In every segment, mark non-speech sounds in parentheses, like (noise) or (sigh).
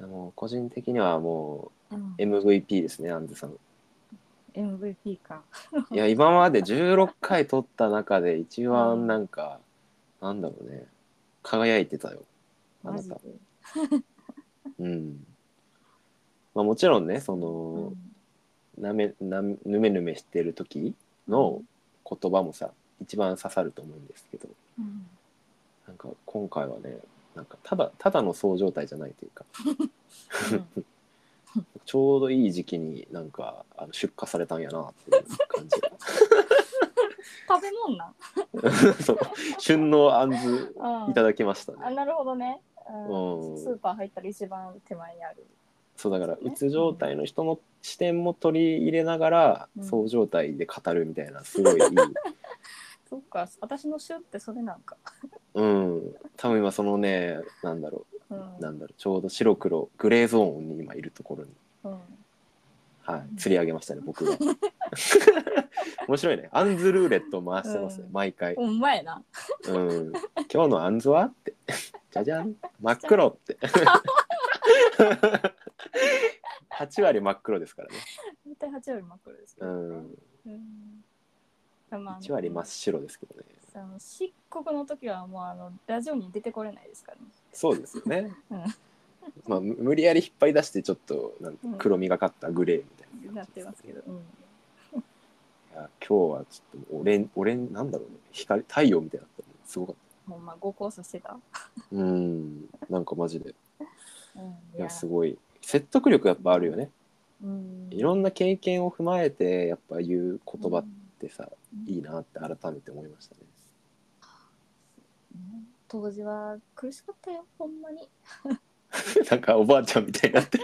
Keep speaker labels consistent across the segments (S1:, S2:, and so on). S1: やもう個人的にはも
S2: うん
S1: う MVP ですね、アンズさ
S2: (laughs)
S1: ん。
S2: MVP か。
S1: いや、今まで16回取った中で一番なんか、なんだろうね、輝いてたよ。あ
S2: マ
S1: な
S2: ジで
S1: た。。うん。まあもちろんね、その、なめ、なめ、ぬめぬめしてる時の言葉もさ、一番刺さると思うんですけど、
S2: うん
S1: なんか今回はね、なんかただ、ただのそう状態じゃないというか、
S2: うん
S1: ちょうどいい時期になんかあの出荷されたんやなっていう感じ
S2: 食べ物なん
S1: が (laughs) そう旬のあんず
S2: うん
S1: いただきましたね
S2: あなるほどね、うん
S1: うん
S2: スーパー入ったら一番手前にある
S1: そうだから
S2: そうね
S1: うつ状態の人の視点も取り入れながら
S2: うん
S1: そう状態で語るみたいなすごいい (laughs) い、
S2: そっか私の週ってそれなんか、
S1: うん、多分今そのねなんだろ
S2: う
S1: うんなんだろうちょうど白黒グレーゾーンに今いるところに、
S2: うん、
S1: はい、釣り上げましたね
S2: (laughs)
S1: 僕が面白いねアンズルーレットを回してますね、
S2: うん
S1: 毎回
S2: お前やな
S1: うん、今日のあんずはって (laughs) じゃじゃん真っ黒って
S2: (laughs)
S1: 8割真っ黒ですからね、
S2: 大体8割真っ黒ですけ
S1: う
S2: ど
S1: ん、
S2: うんでもあの
S1: 1割真っ白ですけどね
S2: その漆黒の時はもうあのラジオに出てこれないですからね
S1: そうですよね
S2: うん、
S1: まあ、む無理やり引っ張り出してちょっとなんか
S2: うん
S1: 黒みがかったグレーみたいな、
S2: なってますけど、うん、
S1: いや今日はちょっとオレンオレンなんだろうね光太陽みたいになったすごかっ
S2: ほんまご交差してた、
S1: たうんなんかマジで
S2: うん、
S1: いやすごい説得力やっぱあるよね
S2: うん
S1: いろんな経験を踏まえてやっぱ言う言葉っ
S2: う
S1: てさ、
S2: ん
S1: いいなって改めて思いましたね。 (laughs)
S2: うん当時は苦しかったよほんまに
S1: なんかおばあちゃんみたいになって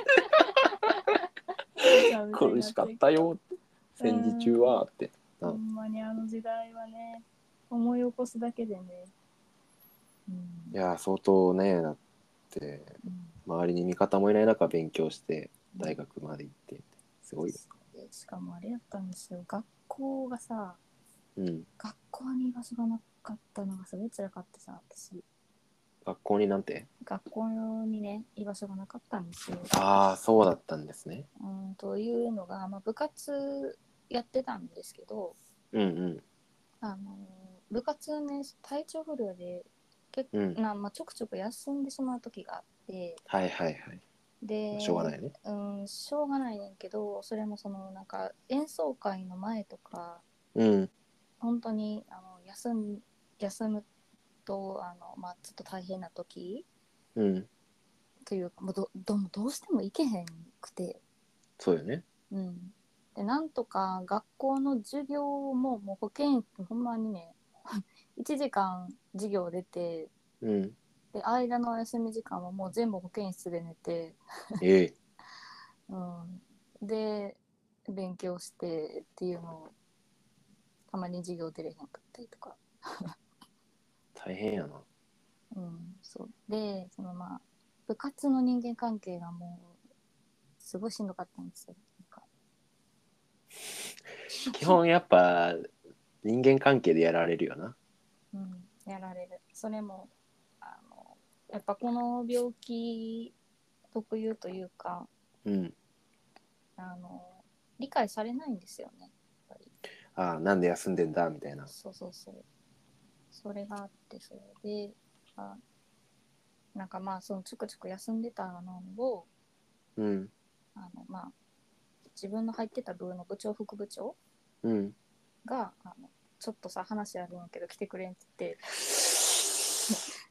S1: 苦しかったよって戦時中はって。
S2: ほんまにあの時代はね思い起こすだけでね、うん
S1: いやー相当ねだって
S2: うん
S1: 周りに味方もいない中勉強して大学まで行ってすごいよ。
S2: でしかもあれやったんですよ学校がさ
S1: うん。
S2: 学校に居場所がなかったのがすごい辛かってさ私
S1: 学校になんて
S2: 学校にね居場所がなかったんですよ
S1: ああそうだったんですね。
S2: うんというのが、まあ、部活やってたんですけど
S1: うん
S2: あの部活ね体調不良で結
S1: うんうん。
S2: な、まあ、ちょくちょく休んでしまう時があって
S1: はいはいは
S2: で
S1: い。しょうがないね。
S2: うん、しょうがないねんけどそれもそのなんか演奏会の前とか
S1: うん
S2: 本当にあの休ん休むとあの、まあ、ちょっと大変な時
S1: うん。
S2: というかもうどどうどうしても行けへんくて、
S1: そうよね。
S2: うん、でなんとか学校の授業ももう保健室ほんまにね (laughs) 1時間授業出て
S1: (laughs) うん。
S2: で間のお休み時間はもう全部保健室で寝て。
S1: ええ。
S2: うん、で勉強してっていうのをたまに授業出れへんかったりとか、
S1: 大変やな。
S2: うん、そうでそのまあ部活の人間関係がもうすごいしんどかったんですよなんか
S1: 基本やっぱ人間関係でやられるよな。
S2: うん、やられるそれもあのやっぱこの病気特有というか
S1: うん。
S2: あの理解されないんですよねやっぱり
S1: ああなんで休んでんだみたいな。
S2: そうそうそう。それがあって、それで、あなんかまあ、そのちょくちょく休んでたのを、
S1: うん
S2: あのまあ、自分の入ってた部の部長、副部長
S1: うん。
S2: が、あのちょっとさ、話あるんやけど来てくれんって言って、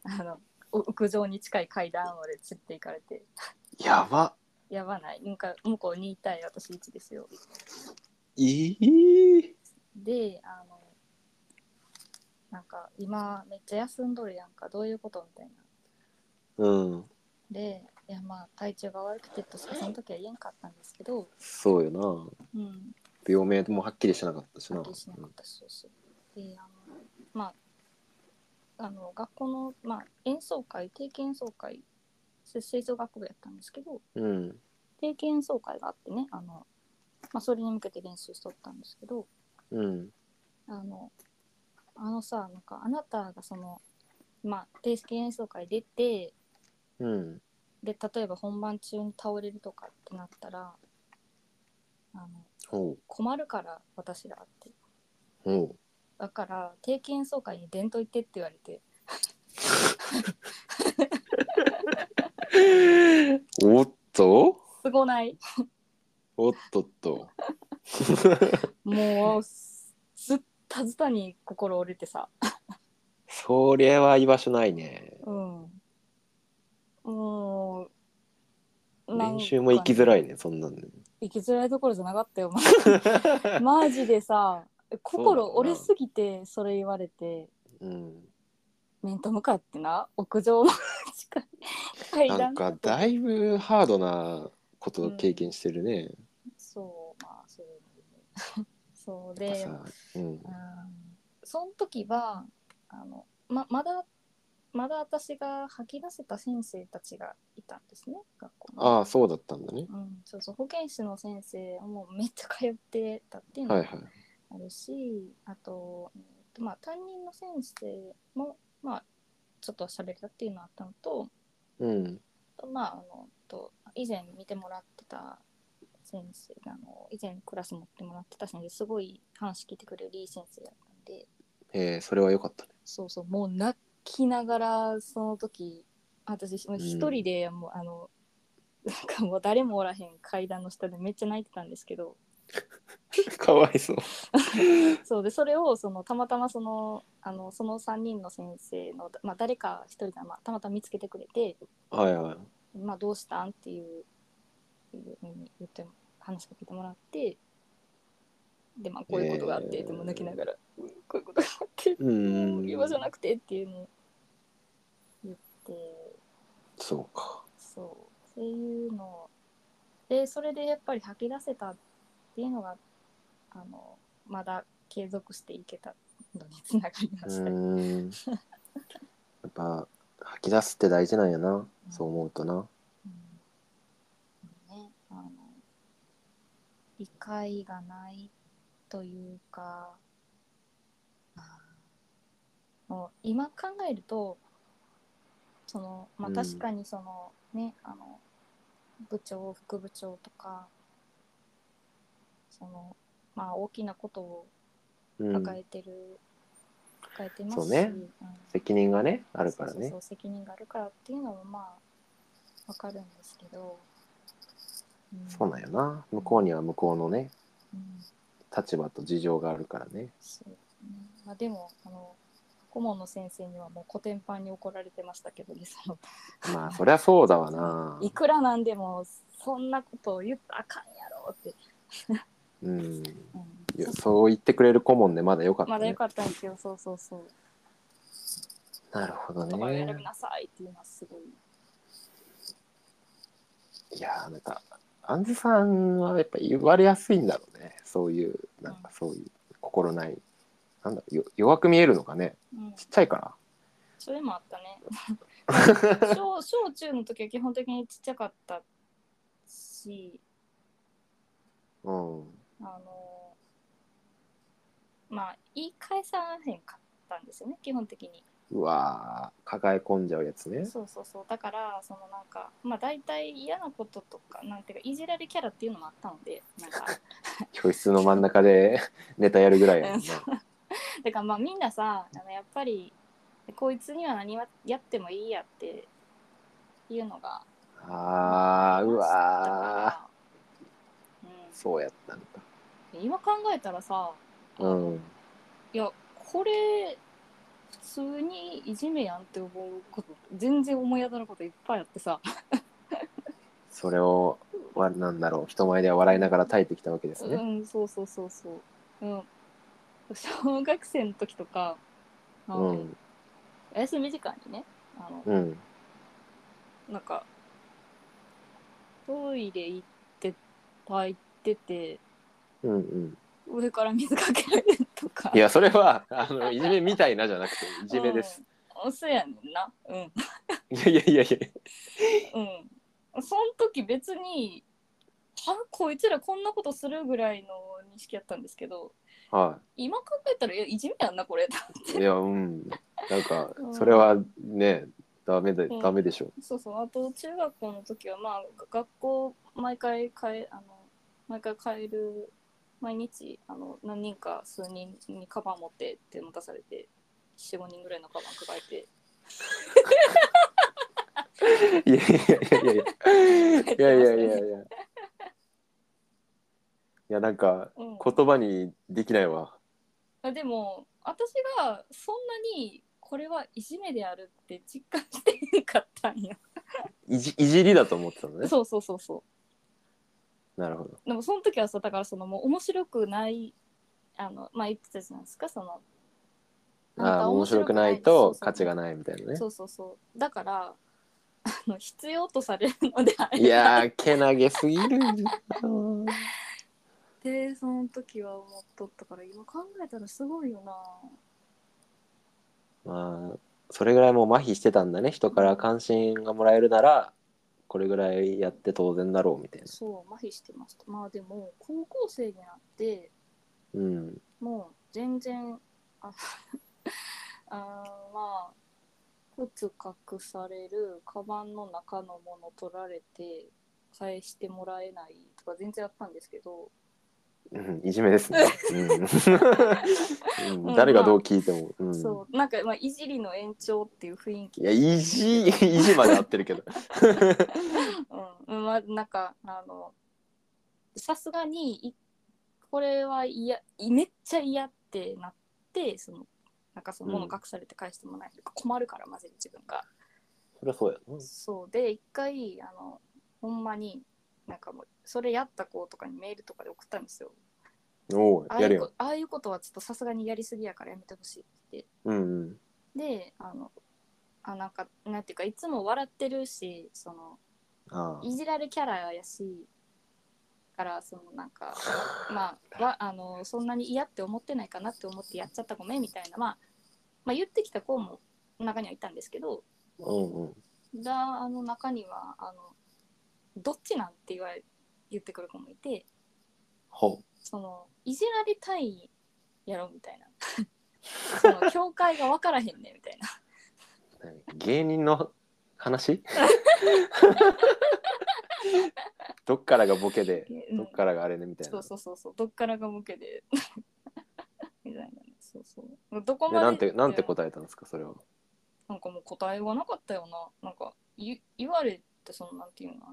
S2: あの、お屋上に近い階段まで連れて行かれて、
S1: やば
S2: やばない。なんか向こう2対私1ですよ。
S1: いい
S2: で、あの、なんか今めっちゃ休んどるやんか、どういうことみたいな。
S1: うん
S2: でいやまあ体調が悪くてとしかその時は言えんかったんですけど、
S1: そうよな
S2: うん、
S1: 病名もはっきりしなかったしな
S2: 関係しなかったしそうそうであのまああの学校の、まあ、演奏会定期演奏会吹奏楽部やったんですけど
S1: うん
S2: 定期演奏会があってねあの、まあ、それに向けて練習しとったんですけど
S1: うん
S2: あのあのさなんかあなたがそのまあ定期演奏会出て
S1: うん
S2: で例えば本番中に倒れるとかってなったらあの
S1: ほう
S2: 困るから私らって
S1: ほ
S2: だから定期演奏会に伝統行ってって言われて
S1: うおっと
S2: すごない
S1: おっとっと
S2: もうすずったずたに心折れてさ
S1: そりゃは居場所ないね
S2: うんもうなんかね
S1: 練習も行きづらいねそんなんね
S2: 行きづらいどころじゃなかったよ (laughs) マジマジでさ心折れすぎてそれ言われて
S1: うん
S2: 面と向かってな屋上の近い階
S1: なん
S2: 段
S1: かだいぶハードなことを経験してるね、
S2: そうまあそういうのねそう
S1: やっぱ
S2: で
S1: さ、うん
S2: うん、その時はあのままだまだ私が吐き出せた先生たちがいたんですね学校に
S1: ああそうだったんだね
S2: うん、そうそう保健師の先生もめっちゃ通ってたっていうの
S1: はい
S2: が
S1: はい
S2: あるしあと,、えーとまあ、担任の先生も、まあ、ちょっと喋れたっていうのはあったのと
S1: うん
S2: あとまああのと以前見てもらってた先生あの以前クラス持ってもらってた先生すごい話聞いてくれるいい先生だったんで
S1: えー、それは良かったね
S2: そうそうもう泣きながらその時私もう一人でもう、あの (laughs) なんかもう誰もおらへん階段の下でめっちゃ泣いてたんですけど。
S1: (laughs) かわいそう
S2: そうでそれをそのたまたまそのあのその3人の先生の、まあ、誰か1人が、まあ、たまたま見つけてくれて
S1: はいはい
S2: 「まあ、どうしたん?」っていういうふうに言って話しかけてもらってで、まあ、こういうことがあって、
S1: えー
S2: でも泣きながら「うんこういうことがあって、
S1: う
S2: もうん今じゃなくて」っていうのを言って
S1: そうか
S2: そうっていうのをでそれでやっぱり吐き出せたっていうのがあのまだ継続していけたのにつながりま
S1: う
S2: した。
S1: ーんやっぱ吐き出すって大事なんやなそう思うとな
S2: うんね、あの理解がないというか、あーもう今考えるとその、まあ、
S1: うん
S2: 確かにその、ねあの部長副部長とかその、まあ、大きなことを
S1: うん、
S2: 抱えてる、抱えてますし
S1: そうね
S2: ん
S1: 責任がねあるから
S2: そうそう
S1: ね
S2: そう責任があるからっていうのもまあわかるんですけど、うん
S1: そうなんよな向こうには向こうのね
S2: うん
S1: 立場と事情があるからね
S2: そうですねまあ、でもあの顧問の先生にはもうコテンパンに怒られてましたけどねその
S1: まあそりゃそうだわ
S2: (laughs)
S1: ない
S2: くらなんでもそんなことを言ったらあかんやろって、
S1: うんい
S2: うん
S1: やそう言ってくれる顧問でまだ良かった
S2: まだよ
S1: ね
S2: かったんですよそうそうそう
S1: なるほど
S2: 言葉を
S1: ね
S2: 選びなさいっていうのはすごい、
S1: いやーなんかアンズさんはやっぱ言われやすいんだろうねそういうなんかそういう心ないなんだろうよ弱く見えるのかね
S2: うん、
S1: ちっちゃいから
S2: それもあっ
S1: (laughs)
S2: たね小小中の時は基本的にちっちゃかったし
S1: うん
S2: あのまあ言い返さへんかったんですよね基本的に
S1: うわー抱え込んじゃうやつね
S2: そうそうそうだからそのなんかまあ大体嫌なこととかなんていうかいじられキャラっていうのもあったのでな
S1: (laughs)
S2: んか
S1: 教室の真ん中で (laughs) ネタやるぐらいやもんね
S2: だからまあみんなさあのやっぱりこいつには何はやってもいいやっていうのが
S1: あーう
S2: だ
S1: わ
S2: か
S1: ーそうやったんだ
S2: ら、うん、今考えたらさ
S1: うん
S2: いやこれ普通にいじめやんって思うこと全然思い当たることいっぱいあってさ
S1: それをわなんだろう人前では笑いながら耐えてきたわけです
S2: う
S1: ね
S2: んそうそうそうそう、うん、小学生の時とかあ
S1: う
S2: の、
S1: ん
S2: お休み時間にねあの、
S1: うん
S2: なんかトイレ行って入ってて
S1: うんうん
S2: 上から水かけられるとか
S1: いやそれは (laughs) あのいじめみたいなじゃなくていじめです、
S2: うん、そうやねんなうん
S1: いやいやいやいや
S2: うん、その時別にはこいつらこんなことするぐらいの認識やったんですけど
S1: は
S2: 今考えたらいやいじめやんなこれ
S1: いいやうんなんか
S2: うん
S1: それはねダメだ
S2: うん
S1: ダメでしょ
S2: (laughs) そうそうあと中学校の時はまあが学校毎回変えあの毎回変える毎日あの何人か数人にカバン持って手持たされて45人ぐらいのカバン抱えて
S1: いやいやいやいやいやいやいやいやいやいやなんか
S2: うん
S1: 言葉にできないわ
S2: あでも私がそんなにこれはいじめであるって実感してへんかったんや、
S1: いじいじりだと思ってたのね
S2: そうそうそうそう
S1: なるほど
S2: でもその時はさだからそのもう面白くないあのまあ言ってたじゃないですかそのなん
S1: ああ
S2: か
S1: 面白くない
S2: そう
S1: と
S2: そう
S1: 価値がないみたいなね
S2: そうそうそうだから (laughs) あの必要とされるのであれ
S1: いやーけなげすぎる
S2: でその時は思っとったから今考えたらすごいよな
S1: まあそれぐらいもう麻痺してたんだね人から関心がもらえるならこれぐらいやって当然だろうみたいな
S2: そう麻痺してましたまあでも高校生になって
S1: うん
S2: もう全然あ (laughs) あーまあ靴隠されるカバンの中のもの取られて返してもらえないとか全然あったんですけど
S1: うんいじめですね、うんうん誰がどう聞いても、うん、
S2: そうなんかまあいじりの延長っていう雰囲気
S1: いや、意地、意 (laughs) 地まで合ってるけど。
S2: うんまあなんかあのさすがにいこれは嫌いめっちゃ嫌ってなってそのなんかその
S1: うん
S2: 物隠されて返してもらえるか困るからマジで自分が、
S1: そりゃそうやな。
S2: そうで一回あのほんまになんかもうそれやった子とかにメールとかで送ったんですよ
S1: おお、
S2: ああ
S1: や
S2: い
S1: る
S2: う
S1: よ
S2: こ。ああいうことはちょっとさすがにやりすぎやからやめてほしいって
S1: うんうん。
S2: であのあなんかなんていうかいつも笑ってるしその
S1: あ
S2: いじられキャラやしからそのなんかまあわあのそんなに嫌って思ってないかなって思ってやっちゃったごめんみたいな、まあ、まあ言ってきた子も中にはいたんですけど
S1: あ。うんうん。
S2: だあの中にはあのどっちなんて言われ言ってくる子もいて
S1: ほ
S2: そのいじられたいやろみたいな (laughs) その境界が分からへんねみたいな
S1: う。何芸人の
S2: (laughs)
S1: 話どっからがボケで、
S2: う
S1: (laughs)
S2: ん
S1: どっからがあれねみたい
S2: そ
S1: な
S2: う。そうそうそうどっからが向けで (laughs) みたいなそうそうどこ
S1: で
S2: まで
S1: なんて、なんて
S2: うん
S1: 答えたんですか、それは。
S2: なんかもう答えはなかったよな。なんか言言われてそのなんていうの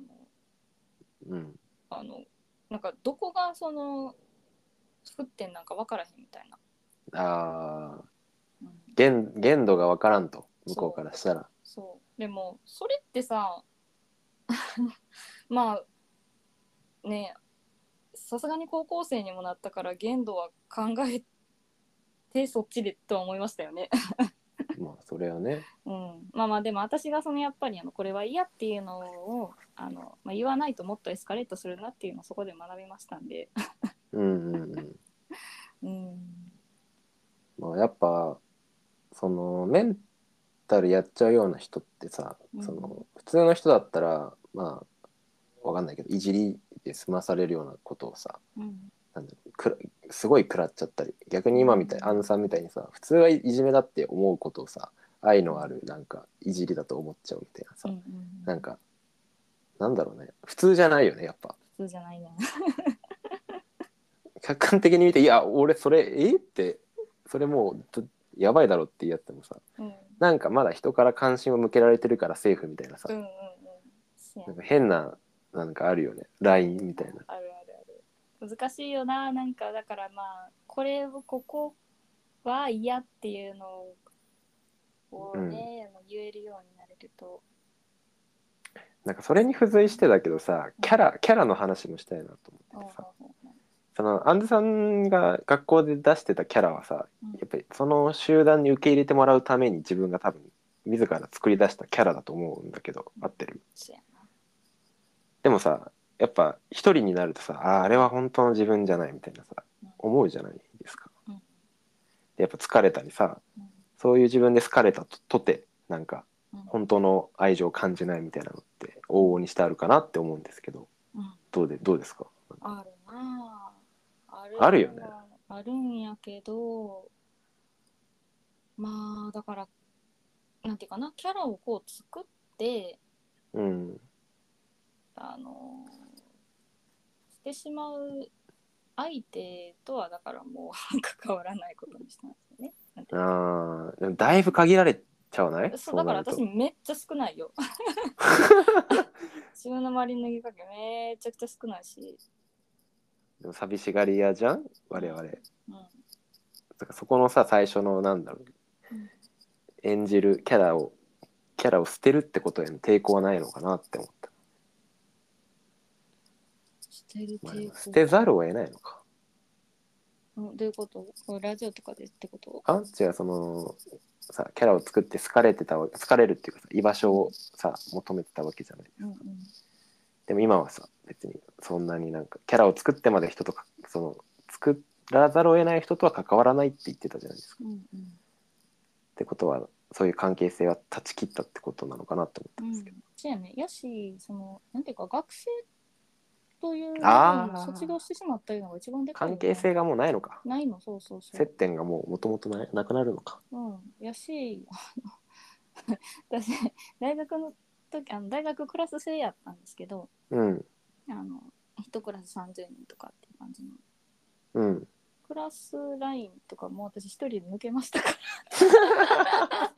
S1: うん。
S2: あのあのなんかどこがその作ってんなんか分からへんみたいな。
S1: ああ。
S2: うん、
S1: 限、限度がわからんと、向こうからしたら。
S2: そうでもそれってさ (laughs) まあねさすがに高校生にもなったから限度は考えてそっちでとは思いましたよね。 (laughs)
S1: まあ、それはね。
S2: うん、まあまあでも私がそのやっぱりあのこれは嫌っていうのをあの、まあ、言わないともっとエスカレートするなっていうのをそこで学びましたんで、
S1: うんうんうん。
S2: うん、
S1: まあ、やっぱそのメンタルやっちゃうような人ってさ、
S2: うん
S1: その普通の人だったらまあわかんないけどいじりで済まされるようなことをさ
S2: うん
S1: なんだろうくらすごい食らっちゃったり逆に今みたいアンさんみたいにさ普通はいじめだって思うことをさ愛のあるなんかいじりだと思っちゃうみたいなさ、
S2: うん
S1: なんかなんだろうね普通じゃないよねやっぱ。
S2: 普通じゃないね。
S1: 客観的に見ていや俺それえってそれもうどやばいだろってやってもさ
S2: うん、うん
S1: なんかまだ人から関心を向けられてるからセーフみたいなさ、
S2: うんうんせや
S1: なんか変ななんかあるよねラインみたいな
S2: あるあるある難しいよななんかだからまあこれをここは嫌っていうのをね、もう言えるようになれると、
S1: なんかそれに付随してだけどさキャラキャラの話もしたいなと
S2: うん
S1: 思っててさそのアンズさんが学校で出してたキャラはさ
S2: うん
S1: やっぱりその集団に受け入れてもらうために自分が多分自ら作り出したキャラだと思うんだけど合ってる
S2: せやな
S1: でもさやっぱ一人になるとさあーあれは本当の自分じゃないみたいなさ思うじゃないですか。
S2: うん
S1: でやっぱ疲れたりさ
S2: うん
S1: そういう自分で好かれたととてなんか
S2: うん
S1: 本当の愛情を感じないみたいなのって往々にしてあるかなって思うんですけど
S2: うん
S1: どうでどうですか
S2: あるなああ
S1: あるよね
S2: あるんやけどまあだからなんていうかなキャラをこう作って
S1: うん
S2: あのしてしまう相手とはだからもう関わらないことにしたんですよね。なんていうか
S1: あーでもだいぶ限られちゃわない
S2: そうだか
S1: な
S2: ら
S1: ると
S2: 私めっちゃ少
S1: (laughs)
S2: ないよ。自分の周りの言いかけめちゃくちゃ少ないし、
S1: でも寂しがり屋じゃん我々だ
S2: うん、
S1: からそこのさ最初のなんだろう、
S2: うん
S1: 演じるキャラをキャラを捨てるってことへの抵抗はないのかなって思った、
S2: 捨てる
S1: まあ
S2: 抵
S1: 捨て
S2: 抗
S1: ざるを得ないのか
S2: うんどういうことこれラジオとかでってこと
S1: あ違うそのさキャラを作って好かれてたわ好かれるっていうかさ居場所をさ求めてたわけじゃない
S2: うんうん
S1: でも今はさ別にそんなになんかキャラを作ってまで人とかその作らざるを得ない人とは関わらないって言ってたじゃないですか
S2: うんうん
S1: ってことはそういう関係性は断ち切ったってことなのかなと思った
S2: うん
S1: です
S2: ん
S1: けど、、
S2: そうやねやしそのなんていうか学生という
S1: あー
S2: ものを卒業してしまったいうのが一番でかいよ
S1: 関係
S2: ね
S1: 性がもうないのか
S2: ないのそうそうそ
S1: 接
S2: う、
S1: 点がもうもともとななくなるのか
S2: うん、やしあの (laughs) 私大学の時あの大学クラス制やったんですけど
S1: うん
S2: あの一クラス30人とかっていう感じの
S1: うん
S2: クラスラインとかも私一人で抜けましたから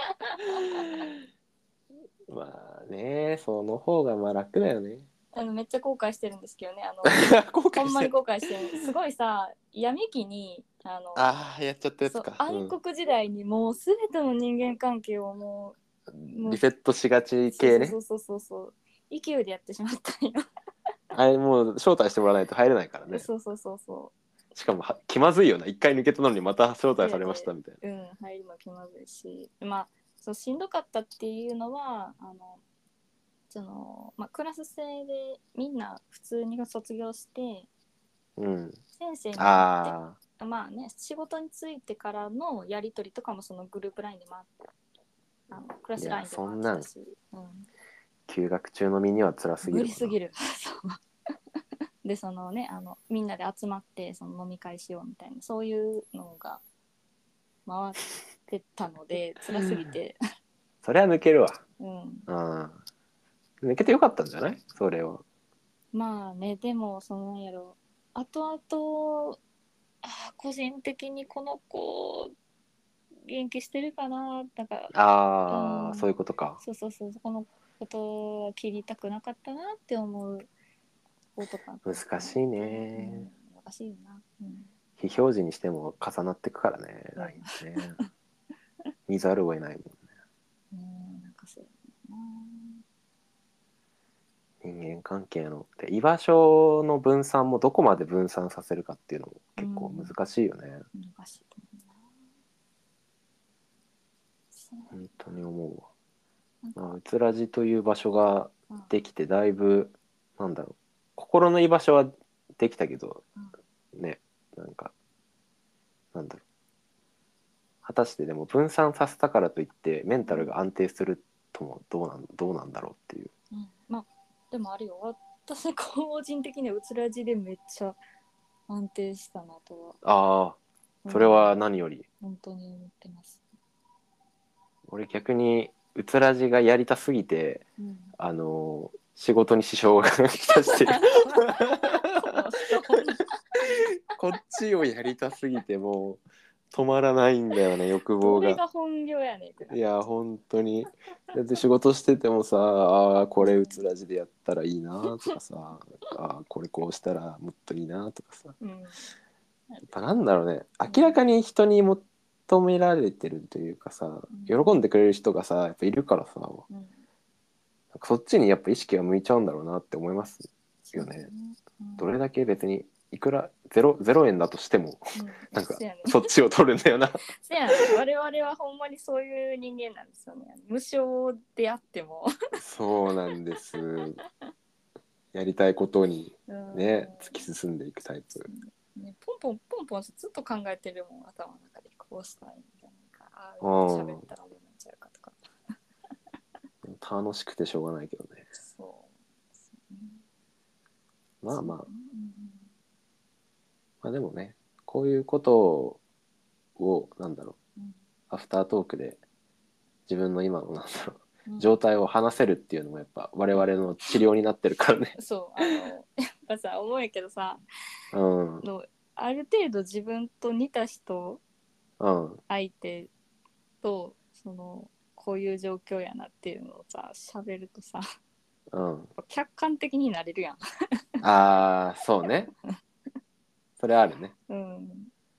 S1: まあねその方がまあ楽だよね
S2: (laughs) あのめっちゃ後悔してるんですけどねあの
S1: (laughs) 後悔して
S2: ほ
S1: る
S2: んまに後悔してるすごいさ闇期にあの
S1: ああやっちゃったやつ
S2: そう
S1: か、
S2: 暗黒時代にもう全ての人間関係をも
S1: うんリセットしが
S2: う
S1: ち系ね
S2: そうそうそうそう勢いでやってしまったんよ、
S1: あれもう招待してもらわないと入れないからね
S2: そうそうそうそ
S1: しかもは気まずいよな一回抜けたのにまた招待されましたみたいう
S2: うん入るの気まずいしまあそうしんどかったっていうのはあのその、まあ、クラス制でみんな普通に卒業して
S1: なうん
S2: 先生になっ
S1: ああ
S2: てまあね仕事についてからのやり取りとかもそのグループラインでもあってあのクラスラインでもあったしうん
S1: 休学中の身には辛すぎ
S2: 無
S1: る
S2: 理す
S1: る
S2: ぎる (laughs) そうでそのねあのみんなで集まってその飲み会しようみたいなそういうのが回ってたので辛すぎて
S1: それは抜けるわ
S2: うん
S1: うん抜けてよかったんじゃないそれを
S2: まあねでもそのなんやろ後々あー個人的にこの子元気してるかなだから
S1: ああ、
S2: うん
S1: そういうことか
S2: そうそうそうこのことは切りたくなかったなって思うことか
S1: 難しいね
S2: うん難しいよな、うん
S1: 非表示にしても重なってくからね
S2: うん
S1: ラインね (laughs) 見ざるを得ないも
S2: うんなんかそうやな。
S1: ん人間関係ので居場所の分散もどこまで分散させるかっていうのも結構難しいよね、
S2: 難しいと思うな。そう
S1: 本当に思
S2: なん
S1: う
S2: か
S1: わ、まあ、うつらじという場所が
S2: うん
S1: できてだいぶなんだろう心の居場所はできたけど、ねなんかなんだろう果たしてでも分散させたからといってメンタルが安定するともどうなんどうなんだろうっていう
S2: うんまあでもあるよ。私個人的にはうつらじでめっちゃ安定したなとは。
S1: あ
S2: う
S1: あ
S2: ん
S1: それは何より、
S2: 本当に思ってます。
S1: 俺逆にうつらじがやりたすぎて
S2: うん。
S1: あのー仕事に支障がきた
S2: (laughs)
S1: してるこっちをやりたすぎてもう止まらないんだよね欲望
S2: こ
S1: が
S2: れ。が本業やねんってない
S1: や本当にだって仕事しててもさあーこれうつらじでやったらいいなとかさあーこれこうしたらもっといいなとかさや
S2: うん。
S1: っぱなんだろうね明らかに人に求められてるというかさ
S2: うん
S1: 喜んでくれる人がさやっぱいるからさなん
S2: うん。
S1: かそっちにやっぱ意識が向いちゃうんだろうなって思いますよね。
S2: うん
S1: どれだけ別にいくらゼロゼロ円だとしても
S2: うん
S1: なんか
S2: そうやね
S1: そっちを取るんだよな
S2: せやね我々はほんまにそういう人間なんですよね。無償であっても。
S1: そうなんですやりたいことに
S2: うん
S1: ね突き進んでいくタイプ
S2: ね、ポンポンポンポンずっと考えてるもん頭の中でこうしたいみたいなああ
S1: うん
S2: 喋ったらどうなっちゃうかとか
S1: 楽しくてしょうがないけどね
S2: そう
S1: まあまあ
S2: うん
S1: まあでもねこういうことをなんだろ
S2: うんうん
S1: うアフタートークで自分の今のなんだろ
S2: うん
S1: う状態を話せるっていうのもやっぱ我々の治療になってるからね。
S2: そうあのやっぱさ思うけどさ
S1: うん、うん、
S2: のある程度自分と似た人
S1: うん、
S2: 相手とそのこういう状況やなっていうのをさ喋るとさ客観的になれるやん。
S1: ああそうね。それあるね。
S2: うん、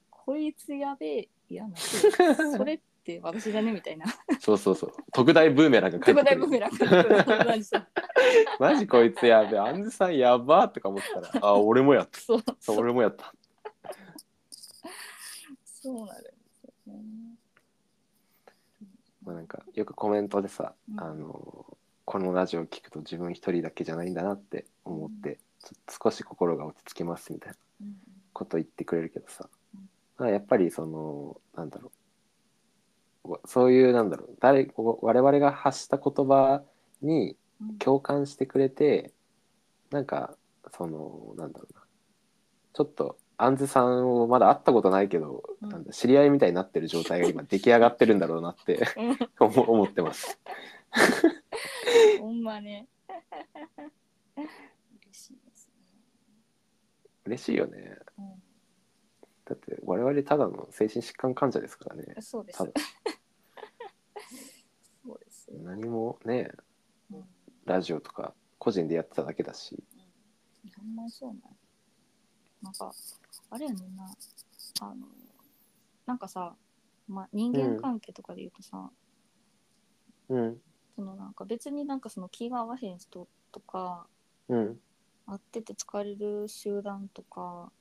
S2: こいつやべえいやな
S1: (laughs)
S2: それって私だねみたいな。
S1: そうそうそう。特大ブーメランが返ってくる
S2: 特大ブーメラン同じさ
S1: マジこいつやべえ、アンズさんやばーとか思ったら、あー、俺もやった。
S2: そう
S1: そう、俺もやった。
S2: そうなるんですよね。
S1: まあ、なんかよくコメントでさ、
S2: うん
S1: あのこのラジオを聞くと自分一人だけじゃないんだなって思って、ちょっと少し心が落ち着きますみたいな
S2: うん
S1: こと言ってくれるけどさ
S2: うん、
S1: まあやっぱりそのなんだろうわそういうなんだろう誰こう我々が発した言葉に
S2: うん
S1: 共感してくれてなんかそのなんだろうなちょっとあんずさんをまだ会ったことないけど、
S2: うん
S1: なんだ知り合いみたいになってる状態が今出来上がってるんだろうなって (laughs)
S2: うん
S1: 思思ってます。
S2: ほんまね。嬉しいです
S1: 嬉しいよね。
S2: ね。
S1: だって我々ただの精神疾患患者ですからね
S2: うん、。そうです
S1: ただ。
S2: そうです。
S1: 何もね
S2: うん
S1: ラジオとか個人でやってただけだし。
S2: うんほんまにそうなんやなんかあれやねんなあのなんかさ、まあ、人間関係とかで言うとさ、
S1: うん
S2: そのなんか別になんかその気が合わへん人とか
S1: うん
S2: 会ってて疲れる集団とか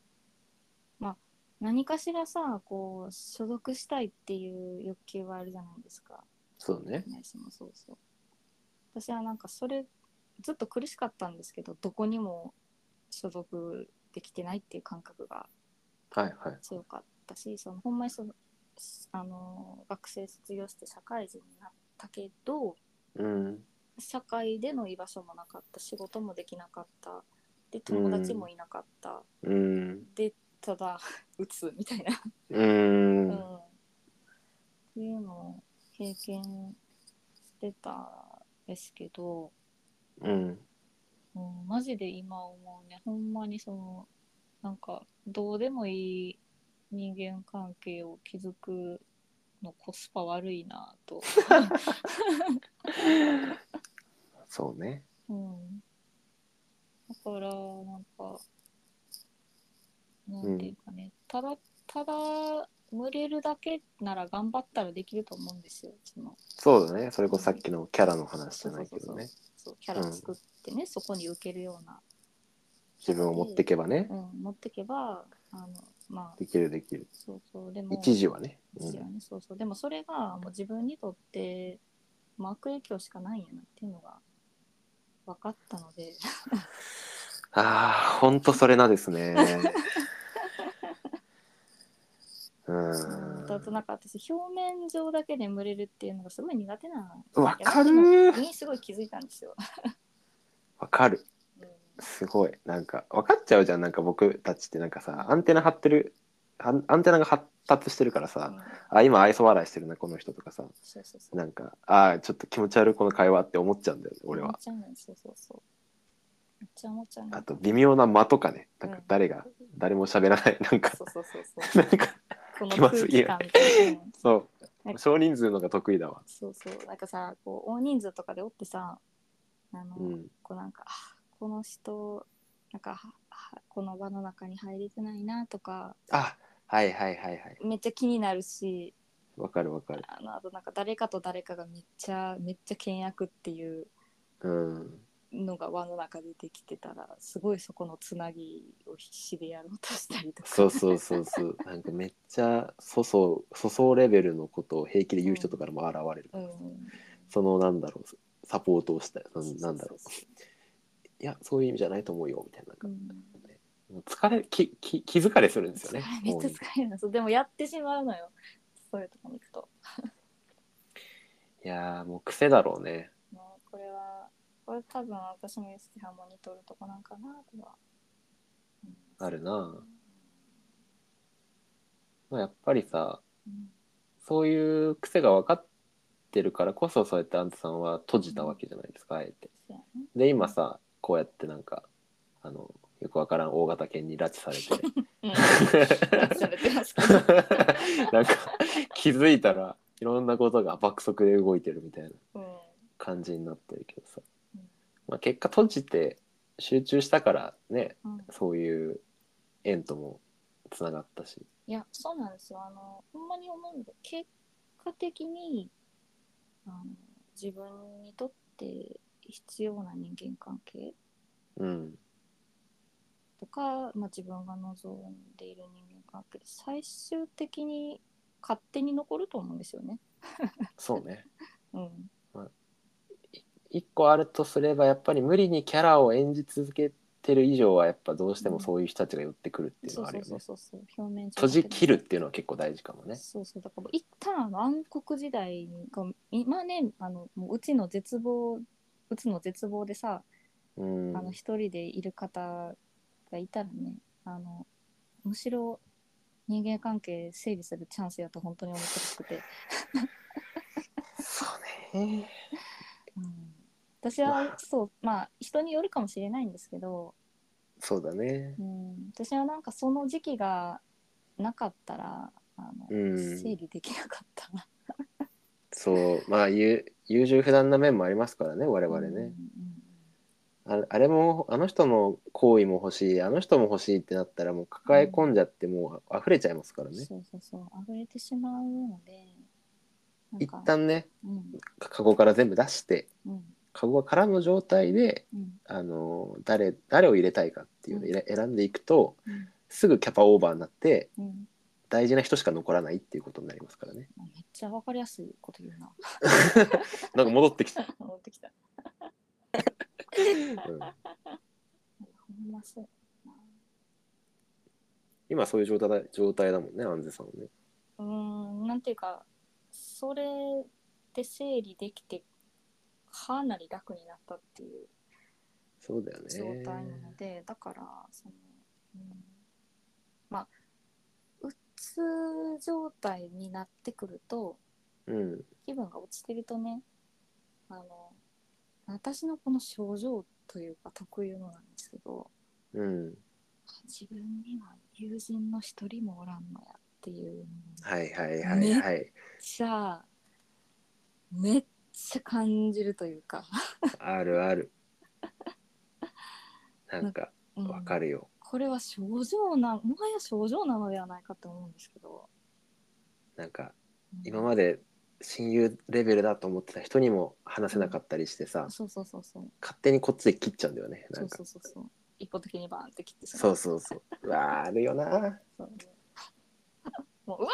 S2: まあ何かしらさこう所属したいっていう欲求はあるじゃないですか。
S1: そうね。
S2: ねそのそうそう私はなんかそれずっと苦しかったんですけどどこにも所属できてないっていう感覚が
S1: はいはい。
S2: 強かったしそのほんまにその、あのー学生卒業して社会人になったけど
S1: うん
S2: 社会での居場所もなかった仕事もできなかったで友達もいなかった、
S1: うん
S2: でただ打つみたいな
S1: うん、
S2: うんっていうのを経験してたんですけど、
S1: うん
S2: うん、マジで今思うねほんまにそのなんかどうでもいい人間関係を築くのコスパ悪いなと、
S1: そうね。
S2: うん、だからなんかなんていうかね、ただただ群れるだけなら頑張ったらできると思うんですよその
S1: そうだね。それこそさっきのキャラの話じゃないけどね。
S2: そうキャラ作ってね、そこに受けるような、
S1: 自分を持っていけばね
S2: う。ん、持ってけばあのまあ
S1: できるできる。
S2: そうそうでも
S1: 一時はね。う
S2: 一時はね、そうそうでもそれがもう自分にとってもう悪影響しかないんやなっていうのが分かったので
S1: ああ、本当それなですね。
S2: (laughs)
S1: う
S2: うんだと
S1: ん。
S2: なんか私表面上だけで群れるっていうのがすごい苦手な
S1: わかる
S2: やつにすごい気づいたんですよ。
S1: わかる。
S2: うん
S1: すごい。なんか分かっちゃうじゃん。なんか僕たちってなんかさ、アンテナ張ってる、アンアンテナが発達してるから
S2: う
S1: さ、
S2: ん
S1: あ、今愛想笑いしてるな、この人とかさ、
S2: そうそうそう
S1: なんか、ああ、ちょっと気持ち悪いこの会話って思っちゃうんだよね、俺
S2: めっ
S1: は。
S2: ちゃ思うそうそうそうめっちゃ思っちゃうね
S1: あと、微妙な間とかね。なん
S2: う
S1: か
S2: ん
S1: 誰が、誰も喋らない。なんか、
S2: そうそうそう
S1: (laughs)
S2: そう
S1: なんか、
S2: この
S1: 気ま
S2: 空
S1: ずい
S2: 気感みたいな。う
S1: (laughs)
S2: ん
S1: そう。少人数のが得意だわ。
S2: そうそうなんかさこう大人数とかでおってさあの、
S1: うん。
S2: こうなんかあこの人なんかははこの輪の中に入れてないなとか
S1: あ、はいはいはいはい。
S2: めっちゃ気になるし
S1: わかるわかる。
S2: あのあとなんか誰かと誰かがめっちゃめっちゃ倹約っていう
S1: うん。
S2: のが輪の中でできてたらすごいそこのつなぎを必死でやろうとしたりとか
S1: そうそうそうそう。 (laughs) なんかめっちゃ粗相粗相レベルのことを平気で言う人とかも現れる。
S2: うん
S1: そのなんだろうサポートをしたなんなんだろう。
S2: そうそう
S1: いやそういう意味じゃないと思うよみたいな。
S2: そう
S1: なんか
S2: うん
S1: もう疲れきき気疲れするんですよね。
S2: めっちゃ疲れるなそうでもやってしまうのよそういうとこに行くと、
S1: いやーもう癖だろうね。
S2: もうこれはこれ多分私の s ハも似とるとこなんかなとは、うん
S1: あるな。まあやっぱりさ
S2: うん
S1: そういう癖が分かってるからこそそうやってアンタさんは閉じたわけじゃないですかあえて。
S2: そうやね
S1: で今さこうやってなんかあのよくわからん大型犬に拉致されて
S2: うん (laughs) 拉致されてますけど
S1: なんか気づいたらいろんなことが爆速で動いてるみたいな
S2: うん
S1: 感じになってるけどさ
S2: うん、
S1: まあ、結果閉じて集中したからね
S2: うん
S1: (laughs) そういう縁ともつながったし。
S2: いや、そうなんですよ。あの、ほんまに思うんだけど、結果的に、あの、自分にとって必要な人間関係
S1: うん
S2: とか、まあ、自分が望んでいる人間関係、最終的に勝手に残ると思うんですよね。
S1: そうね
S2: うん。
S1: 一個あるとすればやっぱり無理にキャラを演じ続けてる以上はやっぱどうしてもそういう人たちが寄ってくるっていう
S2: そ
S1: の
S2: う
S1: はあ
S2: そ
S1: る
S2: う
S1: よね
S2: そう。そうそう。表面上
S1: 閉
S2: だけ
S1: じ
S2: ど
S1: 切るっていうのは結構大事かもね。
S2: そうそうだからもう一旦あの暗黒時代が今ねあのもううちの絶望うちの絶望でさ、
S1: うん、
S2: あの一人でいる方がいたらねあのむしろ人間関係整理するチャンスやと本当に思ってほしくて、
S1: そうね。
S2: うん、私はそうまあ人によるかもしれないんですけど、
S1: そうだね
S2: う。ん、私はなんかその時期がなかったらあの、
S1: うん
S2: 整理できなかったな
S1: そうまあ優優柔不断な面もありますからね我々
S2: うんうん
S1: ね。ああれもあの人の好意も欲しいあの人も欲しいってなったらもう抱え込んじゃってもう溢れちゃいますから
S2: うん
S1: ね。
S2: そうそうそう溢れてしまうのでなん
S1: 一
S2: か
S1: 旦ね
S2: うん
S1: カゴから全部出して
S2: うん
S1: カゴが空の状態で
S2: うん
S1: あの誰誰を入れたいかっていうのを選選んでいくと
S2: うん
S1: すぐキャパオーバーになって
S2: うん
S1: 大事な人しか残らないっていうことになりますからね
S2: めっちゃわかりやすいこと言うな (laughs)
S1: なんか戻ってきた、
S2: 戻ってきた
S1: うん
S2: ほんまそう。
S1: 今そういう状態だ状態だもんね安瀬さんはね
S2: うーん、なんていうか、それで整理できて、かなり楽になったっていう
S1: そうだよね
S2: 状態なので、だから、その、うん、まあ、うつ状態になってくると、
S1: うん
S2: 気分が落ちてるとね、あの、私のこの症状というか特有のなんですけど、
S1: うん
S2: 自分には友人の一人もおらんのやっていうのが
S1: はいはいはいはい、
S2: めっちゃめっちゃ感じるというか、
S1: あるあるなんか
S2: うん
S1: わかるよ、
S2: これは症状なもはや症状なのではないかと思うんですけど、
S1: なんか
S2: うん
S1: 今まで親友レベルだと思ってた人にも話せなかったりしてさ
S2: そうそうそうそう
S1: 勝手にこっちで切っちゃうんだよねな
S2: そ
S1: ん
S2: う
S1: か
S2: そうそうそう一歩的にバーンって切ってしま
S1: そうそうそう。うわあ、あるよな。
S2: そうもううわ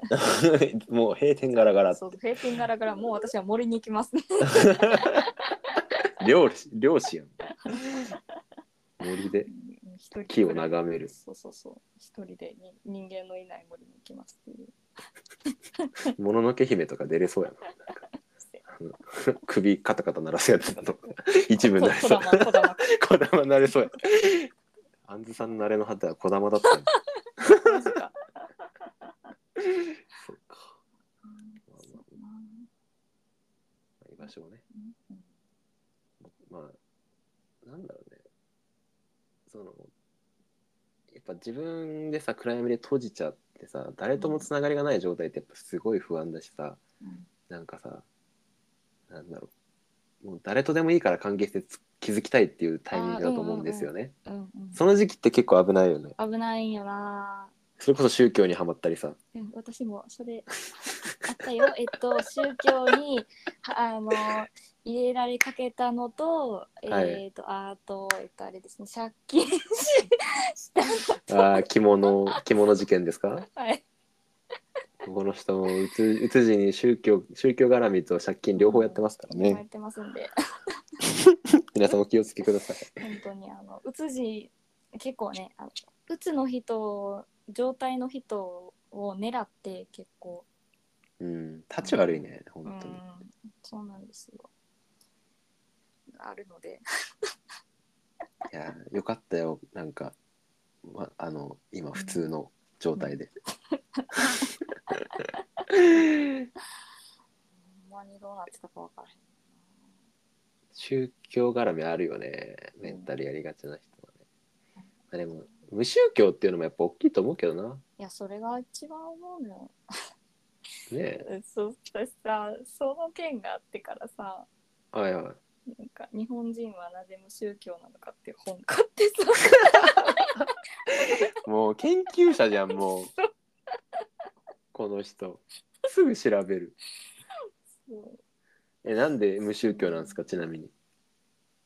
S1: (laughs) もう閉店ガラガ
S2: ー
S1: ラ。
S2: そう閉店ガラガラもう私は森に行きますね
S1: 漁師、漁師やん。森で
S2: うん一人で
S1: 木を眺める。
S2: そうそうそう一人でに人間のいない森に行きますっていう
S1: もののけ姫とか出れそうやな。
S2: (laughs)
S1: なんか首カタカタ鳴らすやつだとか。一部になれ
S2: こ (laughs)
S1: そう。
S2: こだまこ
S1: (laughs)
S2: だま
S1: こだまなれそうや。あんずさんの慣れの果てはこだまだったんだ。
S2: マジか
S1: そうか。
S2: そうな
S1: 居場所をね。
S2: うん
S1: まあ、なんだろうね。その、やっぱ自分でさ、暗闇で閉じちゃってさ、誰ともつながりがない状態ってやっぱすごい不安だしさ、
S2: うん
S1: なんかさ、なんだろう。もう誰とでもいいから関係性つ築きたいっていうタイミングだと思うんですよね。
S2: うんうん
S1: その時期って結構危ないよね。
S2: 危ないんよな
S1: それこそ宗教にはまったりさ。
S2: うん私もそれあっ
S1: (laughs)
S2: たよえっと宗教にはあの入れられかけたのと、
S1: はい
S2: えっとあとえっとあれですね借金 (laughs) しした
S1: あ (laughs) あ、着物、着物事件ですか
S2: はい
S1: この人もうつ、うつじに宗教、宗教絡みと借金両方やってますから
S2: 言われ
S1: ね。
S2: てますんで
S1: 皆さんお気をつけください。
S2: 本当にあのうつじ結構ねあのうつの人状態の人を狙って結構
S1: うん、立ち悪いね、
S2: う
S1: 本
S2: ん
S1: 当に。
S2: そうなんですよあるので
S1: いや、よかったよ、なんか、ま、あの、今普通の状態で。
S2: ほんまにどうなってたか分からへん
S1: 宗教絡みあるよねメンタルやりがちな人はね、まあ、でも無宗教っていうのもやっぱ大きいと思うけどない
S2: やそれが一番思う
S1: ね
S2: の
S1: え
S2: そう私さその件があってからさ
S1: はいはい
S2: なんか日本人はなぜ無宗教なのかっていう本買ってさ
S1: もう研究者じゃんもう
S2: (laughs) そう
S1: この人すぐ調べる
S2: (laughs) そう
S1: えなんで無宗教なんですかちなみに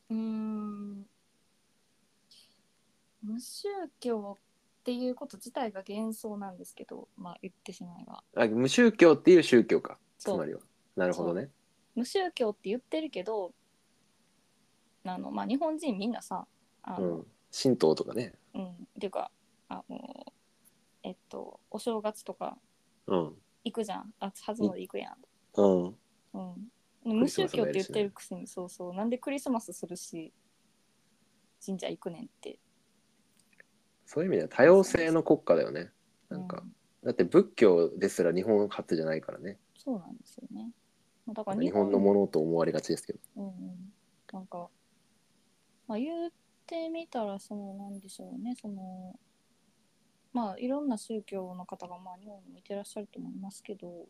S2: うーん無宗教っていうこと自体が幻想なんですけどまあ言ってしまえば
S1: あ無宗教っていう宗教かつ
S2: そう
S1: まりはなるほどね
S2: 無宗教って言ってるけどあの、まあ、日本人みんなさ
S1: う
S2: あの、
S1: ん神道とかね
S2: うんっていうかあのえっとお正月とか
S1: うん
S2: 行くじゃんあ初詣行くやん、
S1: うん
S2: うん、
S1: ク
S2: 無
S1: リスマ
S2: 宗
S1: スもやる
S2: 教って言っ
S1: してね
S2: るくせにそうそうなんでクリスマスするし神社行くねんって
S1: そういう意味では多様性の国家だよねなんか、
S2: うん
S1: だって仏教ですら日本初じゃないからね
S2: そうなんですよねまあだから
S1: 日本のものと思われがちですけど
S2: うんうん、なんか、まあ、言ってみたらそのなんでしょうねそのまあいろんな宗教の方がまあ日本にもいてらっしゃると思いますけど、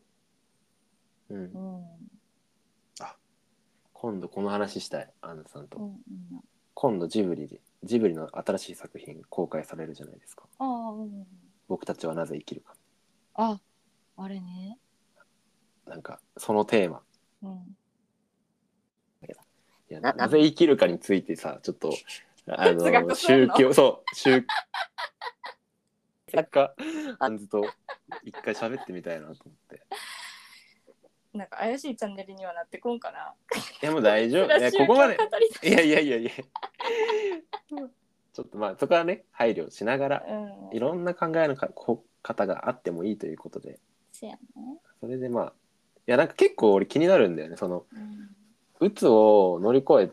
S1: うん、
S2: うん、
S1: 今度この話したいアンナさんと、
S2: うんうん
S1: 今度ジブリでジブリの新しい作品公開されるじゃないですか
S2: ああうんうん
S1: 僕たちはなぜ生きるか
S2: ああれね
S1: なんかそのテーマ
S2: うん
S1: いや
S2: な
S1: なぜ生きるかについてさちょっとあ
S2: 哲
S1: の
S2: 学すん
S1: 宗
S2: の
S1: 教そう宗作家アンズと一回喋ってみたいなと思って
S2: なんか怪しいチャンネルにはなってこんかない
S1: やもう大丈夫
S2: (laughs)
S1: いやここまでいやいやいやいやちょっとまあそこはね配慮しながら
S2: うん
S1: いろんな考えのかこ方があってもいいということで
S2: せやね、
S1: それでまあいやなんか結構俺気になるんだよねその
S2: うん、
S1: 鬱を乗り越え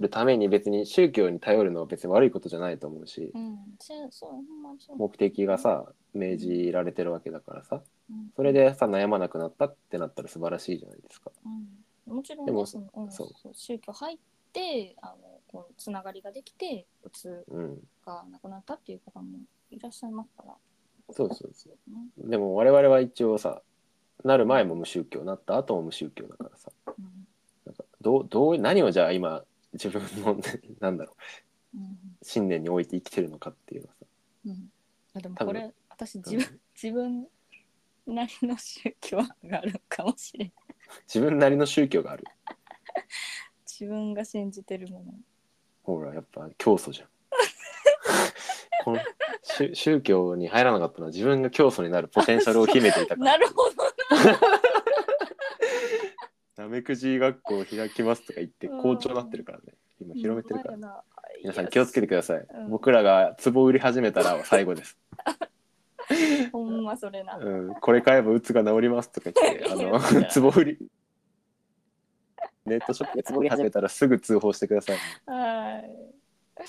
S1: るために別に宗教に頼るのは別に悪いことじゃないと思うし
S2: うんせそうほんまにそう
S1: 目的がさ命じられてるわけだからさ
S2: うん
S1: それでさ悩まなくなったってなったら素晴らしいじゃないですか。
S2: うん、もちろん
S1: でも
S2: ねそのうん
S1: そう
S2: そう宗教入ってあのこうつながりができてうつ
S1: うん、
S2: がなくなったっていう方もいらっしゃいますから、
S1: そうそうそう
S2: ね
S1: でも我々は一応さなる前も無宗教なった後も無宗教だからさ
S2: うん
S1: なんかどうどう何をじゃあ今自分の (laughs) なんだろ
S2: うん
S1: う信念に置いて生きてるのかっていうのはさ
S2: うん、いやでも
S1: 多分
S2: これ私自分自分なりの宗教があるかもしれない
S1: 自分なりの宗教がある
S2: 自分が信じてるもの
S1: ほらやっぱ教祖
S2: (laughs)
S1: じゃんこの宗宗教に入らなかったのは自分が教祖になるポテンシャルを秘めていたから
S2: なるほど
S1: なめくじ学校を開きますとか言って
S2: うん
S1: 校長になってるからね今広めてるから
S2: ほんまやな
S1: (laughs) 皆さん気をつけてください、
S2: うん
S1: 僕らが壺売り始めたら最後です、
S2: いやほんまそれな、
S1: うん、これ買えばうつが治りますとか言ってあの壺売りネットショップで壺売り始めたらすぐ通報してください、
S2: はい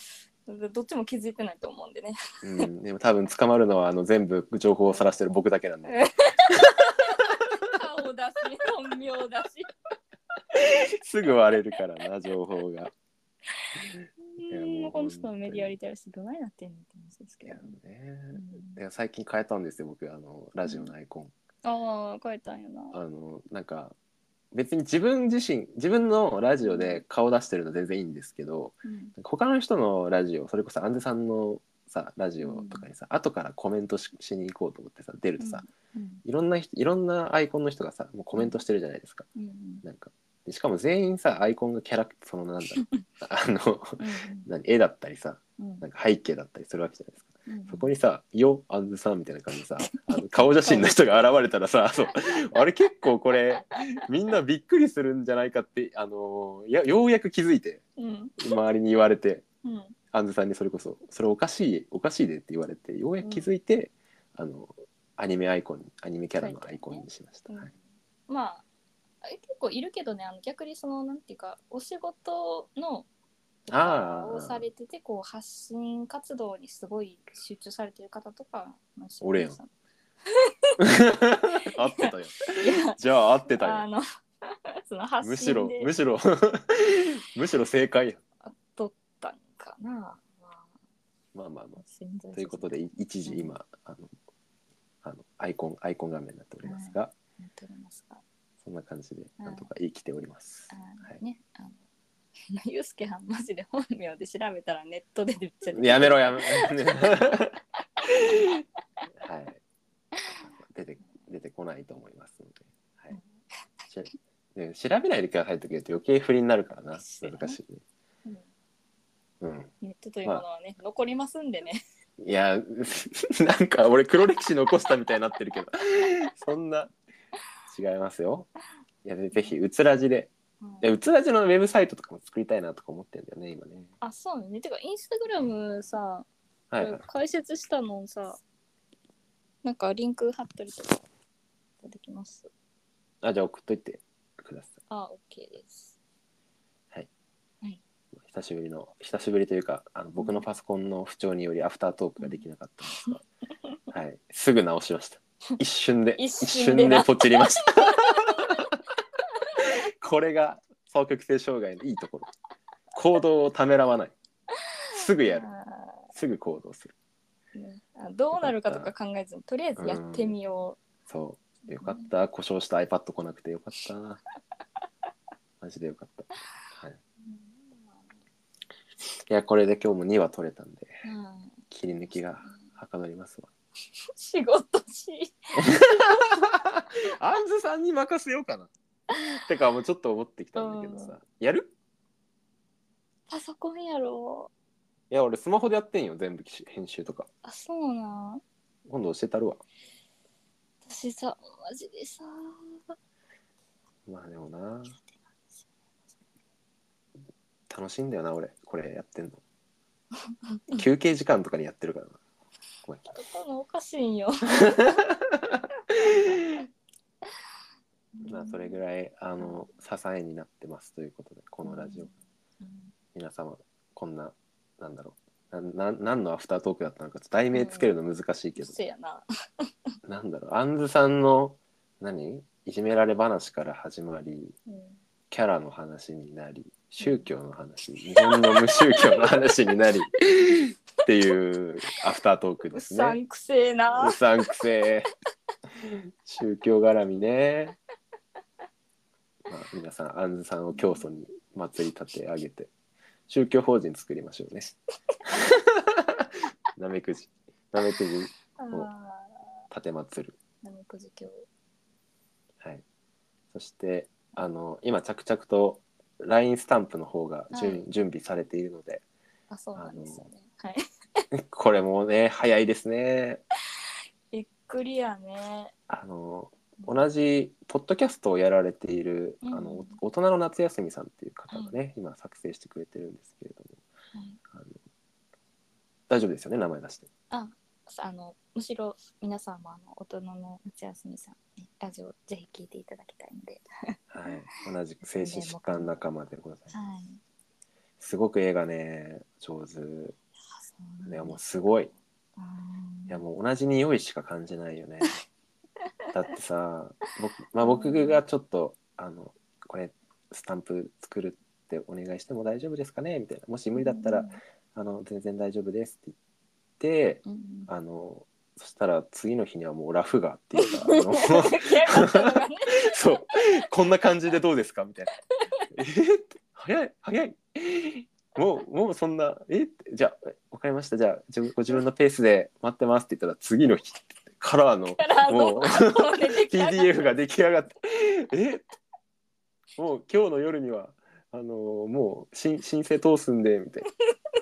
S2: どっちも気づいてないと思うんでね
S1: うん、でも多分捕まるのはあの全部情報を晒してる僕だけなんで
S2: 顔だし本名だし
S1: すぐ割れるからな情報が、
S2: う
S1: やもうん
S2: もうこの人のメディアリテラシーどないなってんのって話ですけど、ね
S1: ね、
S2: うん
S1: でも最近変えたんですよ僕あのラジオのアイコン、
S2: ああ変えたんやな
S1: あのなんか別に自分自身自分のラジオで顔出してるの全然いいんですけど
S2: うん
S1: 他の人のラジオそれこそアンデさんのさラジオとかにさ、後からコメントししに行こうと思ってさ出るとさ、
S2: うん
S1: いろんな人いろんなアイコンの人がさもうコメントしてるじゃないですか
S2: うんうん
S1: なんかでしかも全員さアイコンがキャラクそのなんだ
S2: (laughs)
S1: ろうあの
S2: うん
S1: 何絵だったりさ
S2: うん
S1: なんか背景だったりするわけじゃないですか。
S2: うん
S1: そこにさ「よアンズさん」みたいな感じでさあの顔写真の人が現れたら
S2: (laughs)
S1: さそうあれ結構これみんなびっくりするんじゃないかって、あのーやようやく気づいて
S2: うん
S1: 周りに言われて
S2: うん
S1: アンズさんにそれこそ「それおかしいおかしいで」って言われてようやく気づいて、あのアニメアイコンアニメキャラのアイコンにしました。
S2: う
S1: は
S2: ん
S1: い
S2: まあえ結構いるけどねあの逆にそのなんていうかお仕事の
S1: あー
S2: をされててこう発信活動にすごい集中されてる方とかまあ
S1: 俺やん
S2: い
S1: 合ってたよ
S2: や
S1: じゃあ合ってた
S2: あ
S1: よ
S2: の (laughs) その発
S1: むし
S2: 信
S1: ろ
S2: で
S1: むしろ (laughs) むしろ正解や
S2: 取ったんかな、ま
S1: まあまあま
S2: あ、心臓
S1: あということでい一時今あのあのアイコンアイコン画面になっておりますが、
S2: なっておりますが、
S1: そんな感じで
S2: うん
S1: なんとか生きております、
S2: あの
S1: はい
S2: ねあの (laughs) ゆうすけはんマジで本名で調べたらネットで出っちゃ
S1: (laughs) やめろやめろはい出て出てこないと思いますので、はいしね、調べないでくださいって言うと余計不利になるからな難しい
S2: そう
S1: ね
S2: ねうん
S1: うん
S2: ネットというものはね、残りますんでね
S1: いや (laughs) なんか俺黒歴史残したみたいになってるけど (laughs) そんな違いますよいやでぜひうつらじでいやうつらじのウェブサイトとかも作りたいなとか思ってんだよね今ね
S2: あそうねてかインスタグラムさ
S1: はいはい、
S2: 解説したのさなんかリンク貼ったりとかできます
S1: あじゃあ送っといてください
S2: あ OK です
S1: 久しぶりの久しぶりというかあの僕のパソコンの不調によりアフタートークができなかったんですが、はい、すぐ直しました一瞬で
S2: 一瞬でな
S1: ポチりましたこれが双極性障害のいいところ行動をためらわないすぐやる
S2: あ
S1: すぐ行動する
S2: ーねあどうなるかとか考えずにとりあえずやってみよ
S1: そうよかった故障した iPad 来なくてよかったマジでよかった、はい、
S2: う、
S1: いやこれで今日も2話取れたんで
S2: うん
S1: 切り抜きがはかどりますわ
S2: 仕事し
S1: (laughs) アンズさんに任せようかな。てかもうちょっと思ってきたんだけどさ、
S2: うん
S1: やる
S2: パソコンやろ
S1: いや俺スマホでやってんよ全部編集とか
S2: あそうなん
S1: 今度教えたるわ
S2: 私さマジでさ
S1: まあでもな楽しいんだよな俺これやってんの
S2: (laughs)
S1: 休憩時間とかにやってるからなごめん
S2: 頭おかしいん
S1: (laughs)
S2: よ
S1: まあそれぐらいあの支えになってますということでこのラジオ、
S2: うん
S1: 皆様こんななんだろうなな何のアフタートークだったのかちょっと題名つけるの難しいけど、
S2: せやな
S1: なんだろうあんずさんの何いじめられ話から始まり
S2: うん
S1: キャラの話になり宗教の話日本の無宗教の話になりっていうアフタートーク
S2: う
S1: です
S2: さ
S1: ね。
S2: んくせえ
S1: う
S2: な
S1: さんくせえ宗教絡みね。まあ、皆さんあんずさんを教祖に祭り立て上げて宗教法人作りましょうね。 (laughs) なめくじなめくじ
S2: あー
S1: 立て祭る。
S2: なめこじ教
S1: はい、そしてあの今着々と LINE スタンプの方が準,、
S2: はい
S1: 準備されているので
S2: あそうなんですよねはい
S1: これもね早いですね
S2: びっくりやね
S1: あの同じポッドキャストをやられている、
S2: うん
S1: あの大人の夏休みさんっていう方がね、今作成してくれてるんですけれども
S2: はい
S1: あの大丈夫ですよね名前出して
S2: さあのむしろ皆さんもあの大人の夏休みさんねラジオぜひ聞いていただきたいので
S1: はい同じく精神疾患仲間でございます
S2: はい
S1: すごく絵がね上手
S2: あそうなん
S1: ね
S2: だ
S1: もうすごいうい
S2: ん
S1: やもう同じ匂いしか感じないよね。だってさ僕,、まあ、僕がちょっとあのこれスタンプ作るってお願いしても大丈夫ですかねみたいなもし無理だったら、あの全然大丈夫ですって言って
S2: うんうん
S1: あのそしたら次の日にはもうラフがっていうか (laughs) あの
S2: 出来上がったのがね
S1: (laughs) そうこんな感じでどうですかみたいな。えー早い早いもうもうそんなえじゃあわかりましたじゃあ自分ご自分のペースで待ってますって言ったら次の日からの
S2: からの
S1: もう
S2: もうね出来上がった
S1: PDF が出来上がってえもう今日の夜にはあのもう申申請通すんでみたいな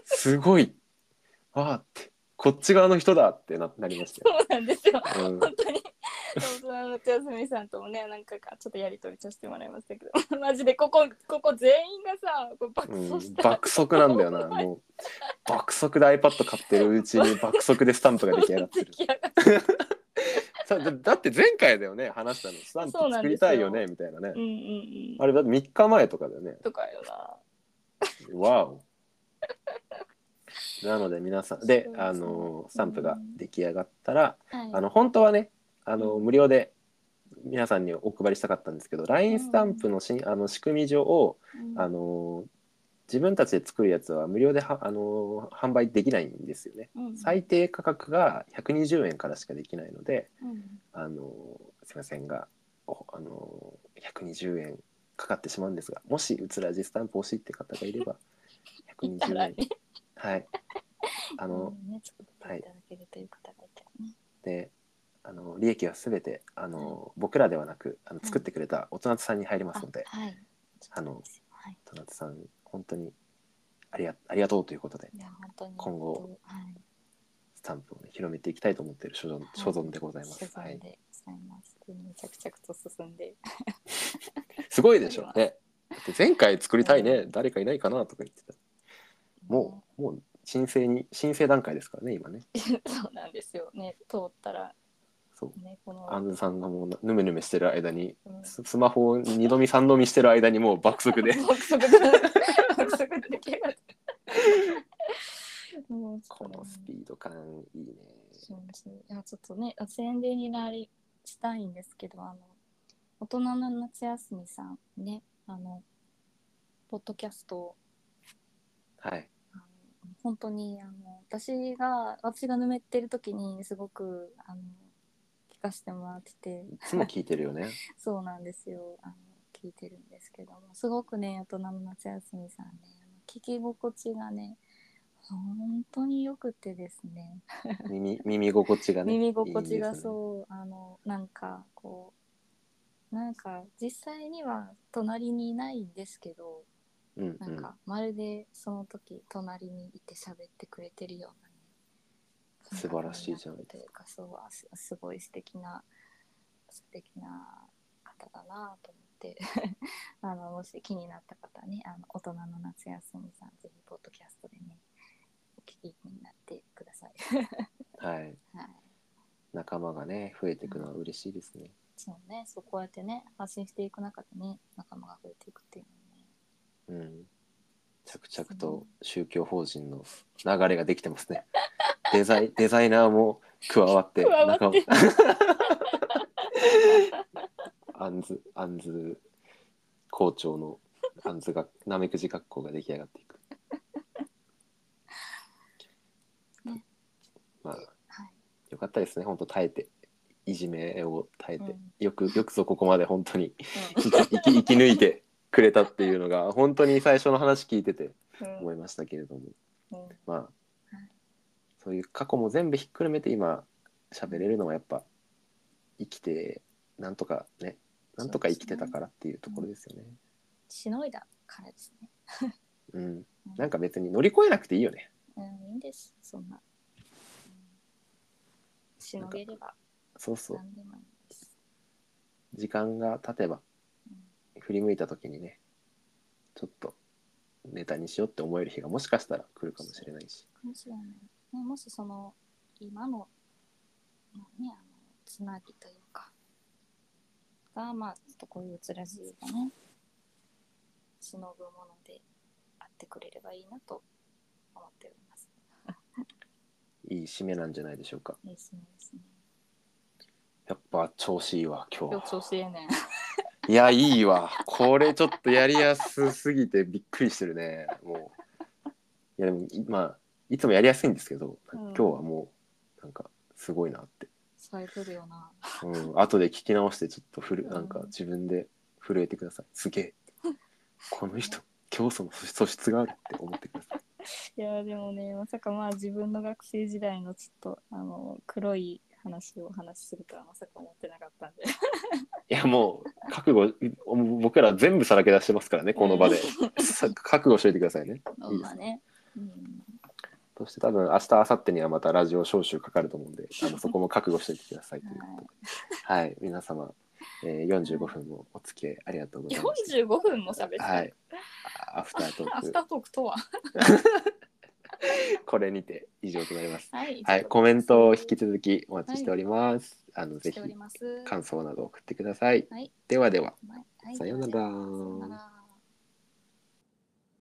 S1: すごいわーってこっち側の人だってななりましたよ。
S2: そうなんですよ
S1: うん
S2: 本当に大人の夏休みさんともねなんかちょっとやり取りさせてもらいましたけど (laughs) マジでここここ全員がさこう爆
S1: う
S2: 走
S1: ん
S2: し、た、
S1: 爆速なんだよなもう爆速で iPad 買ってるうち
S2: (laughs)
S1: に爆速でスタンプが出来上がって
S2: 出 (laughs)
S1: る
S2: 来上がった
S1: さだだって前回だよね話したのスタンプ
S2: そうなん
S1: 作
S2: で
S1: り
S2: すよ
S1: たいよねみたいなね
S2: うんうんうん
S1: あれだって3日前とかだよね
S2: とかよな
S1: わお (laughs) なので皆さんで
S2: そうですね
S1: あのスタンプが出来上がったら、
S2: はい
S1: あの本当はねあの無料で皆さんにお配りしたかったんですけど LINE スタンプのし、あの仕組み上を、
S2: うん
S1: あの自分たちで作るやつは無料ではあの販売できないんですよね。
S2: うん
S1: 最低価格が120円からしかできないので、
S2: うん
S1: あのすいませんが、おあの120円かかってしまうんですが、もしうつらじスタンプ欲しいって方がいれば、
S2: いた
S1: 120
S2: ら
S1: 円
S2: ね。 (laughs)
S1: はい。あの、
S2: うんね、作っていただけるという方がいたらね。
S1: で、あの利益はすべてあの僕らではなく、あの作ってくれた大人さんに入りますので、
S2: あはい。
S1: あの
S2: はい。
S1: 大人さん本当にありがありがとうということで
S2: いや本当に
S1: 今後
S2: はい。
S1: スタンプを、ね、広めていきたいと思っている所存
S2: はい
S1: 所存でございます。
S2: 進
S1: はい
S2: ん。でございます。でめちゃくちゃと進んで。
S1: すごいでしょうね。だって前回作りたいね、
S2: う
S1: 誰かいないかなとか言ってた。もう、もう申請に、申請段階ですからね、今ね。
S2: ねそうなんですよ。ね通ったら
S1: そう。
S2: ねこの
S1: アンズさんがもうなヌメヌメしてる間に、
S2: うん
S1: ススマホを二度見三度見してる間にもう爆
S2: (laughs)
S1: 速で。
S2: 爆速で爆速で出来上がった。もうちょっと
S1: こ
S2: ね
S1: のスピード感いいね。
S2: そうですねいやちょっとね宣伝になりしたいんですけどあの大人の夏休みさんねあのポッドキャストを
S1: はい。
S2: あの本当にあの私が私がぬめってる時にすごくあの聞かせてもらってて
S1: いつも聞いてるよ
S2: (laughs)
S1: ね。
S2: そうなんですよあの聞いてるんですけどもすごくね大人の夏休みさんねあの聞き心地がね本当によくてですね
S1: 耳耳心地がね。
S2: 耳心地が
S1: う。
S2: そうあのなんかこうなんか実際には隣にいないんですけど
S1: うん
S2: な
S1: うんん。
S2: かまるでその時隣にいて喋ってくれてるようなね
S1: 素晴らしいじゃない
S2: というかそうあすすごい素敵な素敵な方だなと思って (laughs) あのもし気になった方ねあの大人の夏休みさんぜひポッドキャストでねお聞きになってください。 (laughs)
S1: はい。
S2: はい
S1: 仲間がね、増えていくのは嬉しいですね。
S2: そうね、そうこうやってね、発信していく中でね、仲間が増えていくっていうの
S1: う
S2: ね。
S1: ん。着々と宗教法人の流れができてますね。 (laughs) デザイデザイナーも加わって
S2: 加わって
S1: 仲間 (laughs) アンズアンズ校長のアンズがなめくじ学校が出来上がっていく。
S2: (laughs) ね
S1: まあ
S2: はい。
S1: よかったですね本当耐えていじめを耐えて、
S2: うん
S1: よくよくぞここまで本当に
S2: うん
S1: 生き生き抜いてくれたっていうのが本当に最初の話聞いてて
S2: うん
S1: 思いましたけれども
S2: うん
S1: まあ
S2: はい
S1: そういう過去も全部ひっくるめて今喋れるのはやっぱ生きてなんとかねなんとか生きてたからっていうところですよね。
S2: しのいだからですね。
S1: うん、
S2: うん
S1: なんか別に乗り越えなくていいよね。
S2: うん、いいんです、そんな。うんしのげれば
S1: そうそう
S2: 何でもいいです。
S1: 時間が経てば
S2: うん
S1: 振り向いた時にねちょっとネタにしようって思える日がもしかしたら来るかもしれないし
S2: かもしれない。ね、もしその、今の、まあね、あの、つなぎというか、が、まあ、ちょっとこういうつらじがね、しのぐものであってくれればいいなと思っております。
S1: いい締めなんじゃないでしょうか
S2: いいですね、いいですね。
S1: やっぱ調子いいわ今
S2: 今
S1: 日
S2: 日調子ええねん。
S1: いやいいわこれちょっとやりやすすぎてびっくりしてるねもういやでもいまあいつもやりやすいんですけど、
S2: うん
S1: 今日はもうなんかすごいなって、
S2: さえてるよな。
S1: うん、後で聞き直してちょっとふる
S2: うん
S1: なんか自分で震えてくださいすげえ
S2: (laughs)
S1: この人競争の素素質があるって思ってください
S2: いや、でもね、まさかまあ自分の学生時代のちょっと、あの、黒い話をお話しするとはまさか思ってなかった
S1: (laughs)
S2: んで。
S1: いやもう覚悟僕ら全部さらけ出してますからねこの
S2: (laughs)
S1: 場でさ覚悟しといてくださいねいいで
S2: まあ
S1: す
S2: ね。うん
S1: そして多分明日明後日にはまたラジオ招集かかると思うん
S2: (laughs)
S1: であのそこも覚悟しておいてくださいということではい皆様、えー、45分もお付き合いありがとうございまし
S2: 45分も喋ってる、
S1: たはいあアフタート
S2: (laughs) アフ
S1: ー
S2: タ
S1: ク
S2: ートークとは。
S1: これにて以上となります
S2: はい
S1: はいコメントを引き続きお待ちしております、あのぜひ
S2: しております。
S1: 感想など送ってください、
S2: はい
S1: ではでは
S2: はい
S1: さようなら
S2: さようなら。